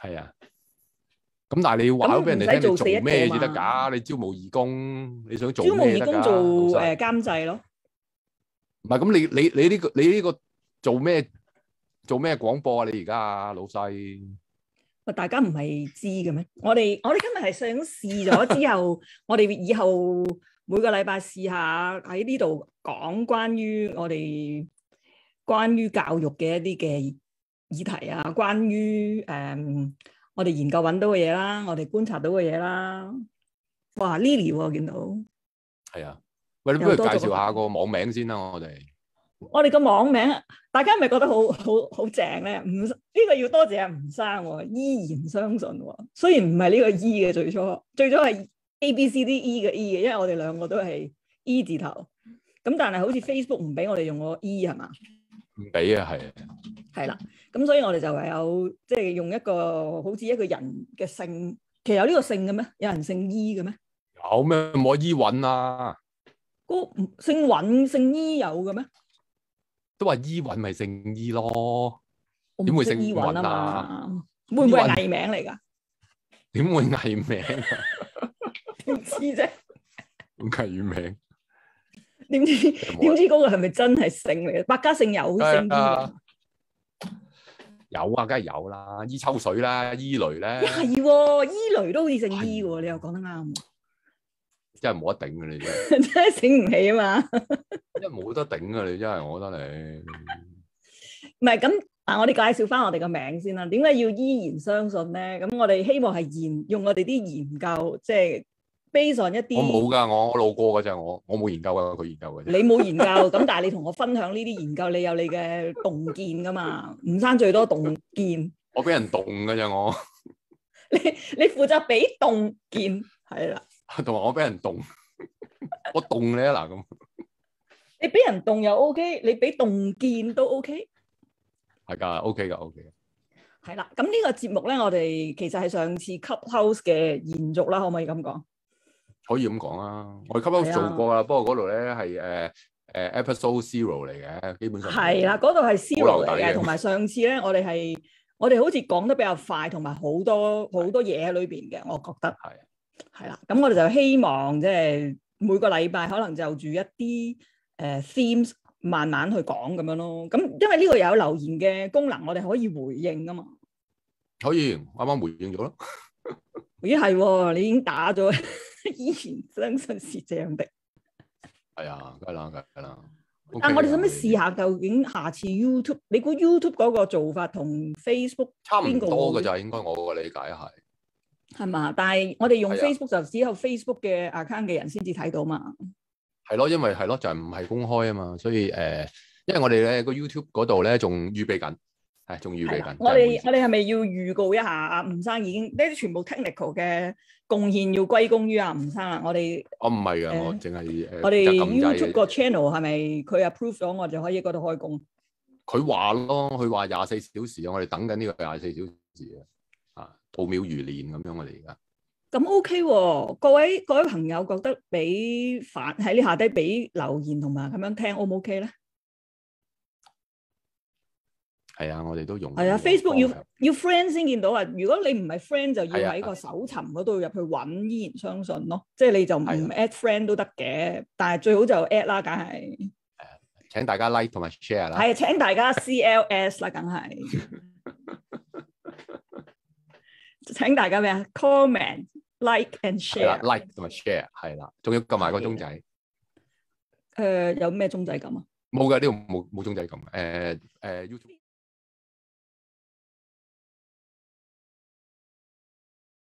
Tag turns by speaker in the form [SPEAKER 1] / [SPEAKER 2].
[SPEAKER 1] 係啊。咁但係你要話咗俾人哋
[SPEAKER 2] 咁唔
[SPEAKER 1] 聽，你
[SPEAKER 2] 使做
[SPEAKER 1] 做
[SPEAKER 2] 死一個
[SPEAKER 1] 咩嘢得
[SPEAKER 2] 嘛
[SPEAKER 1] 㗎？你招募義工，你想做
[SPEAKER 2] 招募
[SPEAKER 1] 咩
[SPEAKER 2] 義
[SPEAKER 1] 得
[SPEAKER 2] 工
[SPEAKER 1] 㗎？
[SPEAKER 2] 做
[SPEAKER 1] 老細
[SPEAKER 2] 誒監製咯，
[SPEAKER 1] 唔係咁你你你呢、個你呢個做咩做咩廣播啊？你而家啊，老細。
[SPEAKER 2] 喂大家唔係知嘅咩？我哋我哋今日係想試咗之後， 我哋以後每個禮拜試下喺呢度講關於我哋關於教育嘅一啲嘅議題啊，關於誒、嗯我哋研究揾到嘅嘢啦，我哋觀察到嘅嘢啦。哇，Lily 喎、見到
[SPEAKER 1] 系啊，喂，你不
[SPEAKER 2] 又
[SPEAKER 1] 如
[SPEAKER 2] 多啊
[SPEAKER 1] 介
[SPEAKER 2] 咗
[SPEAKER 1] 紹
[SPEAKER 2] 個
[SPEAKER 1] 下個網名先啦，我哋
[SPEAKER 2] 我哋個網名，大家係咪覺得好好好正咧？吳呢、個要多謝阿吳生喎、依然相信喎、雖然唔係呢個 E 嘅最初，最初係 A B C D E 嘅 E 嘅，因為我哋兩個都係 E 字頭。咁但係好似 Facebook 唔俾我哋用個 E 係嘛？
[SPEAKER 1] 唔俾啊，係啊，
[SPEAKER 2] 係啦，咁所以我哋就唯有即係、用一個好似一個人嘅姓，其實有呢個姓嘅咩？有人姓 E 嘅咩？
[SPEAKER 1] 有咩冇依韻啊？
[SPEAKER 2] 嗰個唔姓尹、姓 E 有嘅咩？
[SPEAKER 1] 都話依韻咪姓依咯，
[SPEAKER 2] 我唔
[SPEAKER 1] 點會
[SPEAKER 2] 識
[SPEAKER 1] 姓
[SPEAKER 2] 伊
[SPEAKER 1] 尹
[SPEAKER 2] 韻
[SPEAKER 1] 啊
[SPEAKER 2] 嘛？會唔會係
[SPEAKER 1] 伊
[SPEAKER 2] 藝名嚟㗎？
[SPEAKER 1] 點會藝名啊？
[SPEAKER 2] 唔知啫。
[SPEAKER 1] 藝名
[SPEAKER 2] 點知
[SPEAKER 1] 冇啊
[SPEAKER 2] 點知嗰個係咪真係姓嚟嘅？百家姓有姓
[SPEAKER 1] 梗係
[SPEAKER 2] 啲
[SPEAKER 1] 啊有啊，梗係有啦，依秋水啦，依雷咧
[SPEAKER 2] 嘅，，係喎，伊雷都好似姓伊
[SPEAKER 1] 係
[SPEAKER 2] 喎，你又講得啱喎，
[SPEAKER 1] 真係冇得頂嘅你真係，
[SPEAKER 2] 真係醒唔起啊嘛。
[SPEAKER 1] 真係冇得頂嘅你真係，我覺得你
[SPEAKER 2] 唔係咁，嗱，我哋介紹翻我哋個名先啦。點解要依然相信咧？咁我哋希望係研用我哋啲研究，即係 base on 一
[SPEAKER 1] 我冇
[SPEAKER 2] 啲
[SPEAKER 1] 㗎，我我路過㗎咋，我我冇研究㗎，佢研究嘅
[SPEAKER 2] 你
[SPEAKER 1] 啫。
[SPEAKER 2] 冇研究，咁但係你同我分享呢啲研究，你有你嘅洞見噶嘛？吳生最多洞見，
[SPEAKER 1] 我俾人動㗎咋，我
[SPEAKER 2] 你負責俾洞見，係啦。
[SPEAKER 1] 同埋我俾人動，我動你啊嗱咁，
[SPEAKER 2] 你俾人洞又 OK，你俾洞見都 OK。
[SPEAKER 1] 係㗎，OK 㗎，OK 㗎。
[SPEAKER 2] 係啦，咁呢個節目咧，我哋其實係上次 Clubhouse 嘅延續啦，可唔可以咁講？
[SPEAKER 1] 可以咁講啊，我哋 c u
[SPEAKER 2] 係啊
[SPEAKER 1] 做過啦，不過嗰度咧係誒誒 episode zero 嚟嘅，基本上
[SPEAKER 2] 係啦，，嗰度係 zero
[SPEAKER 1] 好
[SPEAKER 2] 嚟
[SPEAKER 1] 留底嘅
[SPEAKER 2] 嘅，同埋上次咧，我哋係我哋好似講得比較快，同埋好多好多嘢喺裏邊嘅，我覺得
[SPEAKER 1] 係
[SPEAKER 2] 係啦。咁我哋就希望即係每個禮拜可能就住一啲誒、呃 themes 慢慢去講咁樣咯。咁因為呢個有留言嘅功能，我哋可以回應噶嘛。
[SPEAKER 1] 可以啱啱回應咗咯，
[SPEAKER 2] 咦係喎，你已經打咗， 依然相信是這樣的。
[SPEAKER 1] 係啊，梗係啦，梗係啦。
[SPEAKER 2] 但
[SPEAKER 1] OK
[SPEAKER 2] 啊我哋
[SPEAKER 1] 㗎
[SPEAKER 2] 使唔使試？下究竟下次 YouTube？你估 YouTube 嗰個做法同 Facebook
[SPEAKER 1] 差唔
[SPEAKER 2] 邊個
[SPEAKER 1] 多㗎
[SPEAKER 2] 會
[SPEAKER 1] 咋，應該我個理解係
[SPEAKER 2] 係嘛？但係我哋用
[SPEAKER 1] 係啊
[SPEAKER 2] Facebook 就只有 Facebook 嘅 account 嘅人先至睇到嘛。
[SPEAKER 1] 係咯，因為係咯，就係唔係公開啊嘛，所以誒、因為我哋咧個 YouTube 嗰度咧仲預備緊，係仲預備
[SPEAKER 2] 係
[SPEAKER 1] 緊
[SPEAKER 2] 啦。我哋
[SPEAKER 1] 真係唔好意思
[SPEAKER 2] 我哋係咪要預告一下啊？吳生已經呢啲全部 technical 嘅貢獻要歸功於阿啊吳生啦。我哋
[SPEAKER 1] 我哦唔係㗎，
[SPEAKER 2] 誒
[SPEAKER 1] 我淨係誒
[SPEAKER 2] 我哋
[SPEAKER 1] 就呃撳掣
[SPEAKER 2] YouTube 個
[SPEAKER 1] 嘅
[SPEAKER 2] channel 係咪佢 approve 咗，我就可以嗰度開工？
[SPEAKER 1] 佢話咯，佢話廿四小時啊，我哋等緊呢個廿四小時啊，啊，度秒如年咁樣，我哋而家。
[SPEAKER 2] 咁 OK 喎、各位各位朋友覺得俾反喺呢下低俾留言同埋咁樣聽 O 唔 OK 咧？
[SPEAKER 1] 係啊，我哋都用
[SPEAKER 2] 係啊
[SPEAKER 1] 呢個
[SPEAKER 2] ，Facebook 要
[SPEAKER 1] 方向
[SPEAKER 2] 要 friend 先見到啊！如果你唔係 friend，就要
[SPEAKER 1] 係啊
[SPEAKER 2] 喺個搜尋嗰度入去揾，依然相信咯。即係你就唔
[SPEAKER 1] 係啊
[SPEAKER 2] at friend 都得嘅，但係最好就 at 啦，梗係。
[SPEAKER 1] 請大家 like 同埋 share 啦。
[SPEAKER 2] 係啊，請大家 CLS 啦，梗係。請大家咩啊？comment、like and
[SPEAKER 1] 係啦
[SPEAKER 2] share。
[SPEAKER 1] ，like 同埋 share 係啦，仲要撳埋個鐘仔。
[SPEAKER 2] 誒有咩鐘仔咁啊？啊
[SPEAKER 1] 冇㗎，呢度冇冇鐘仔撳。誒誒 YouTube。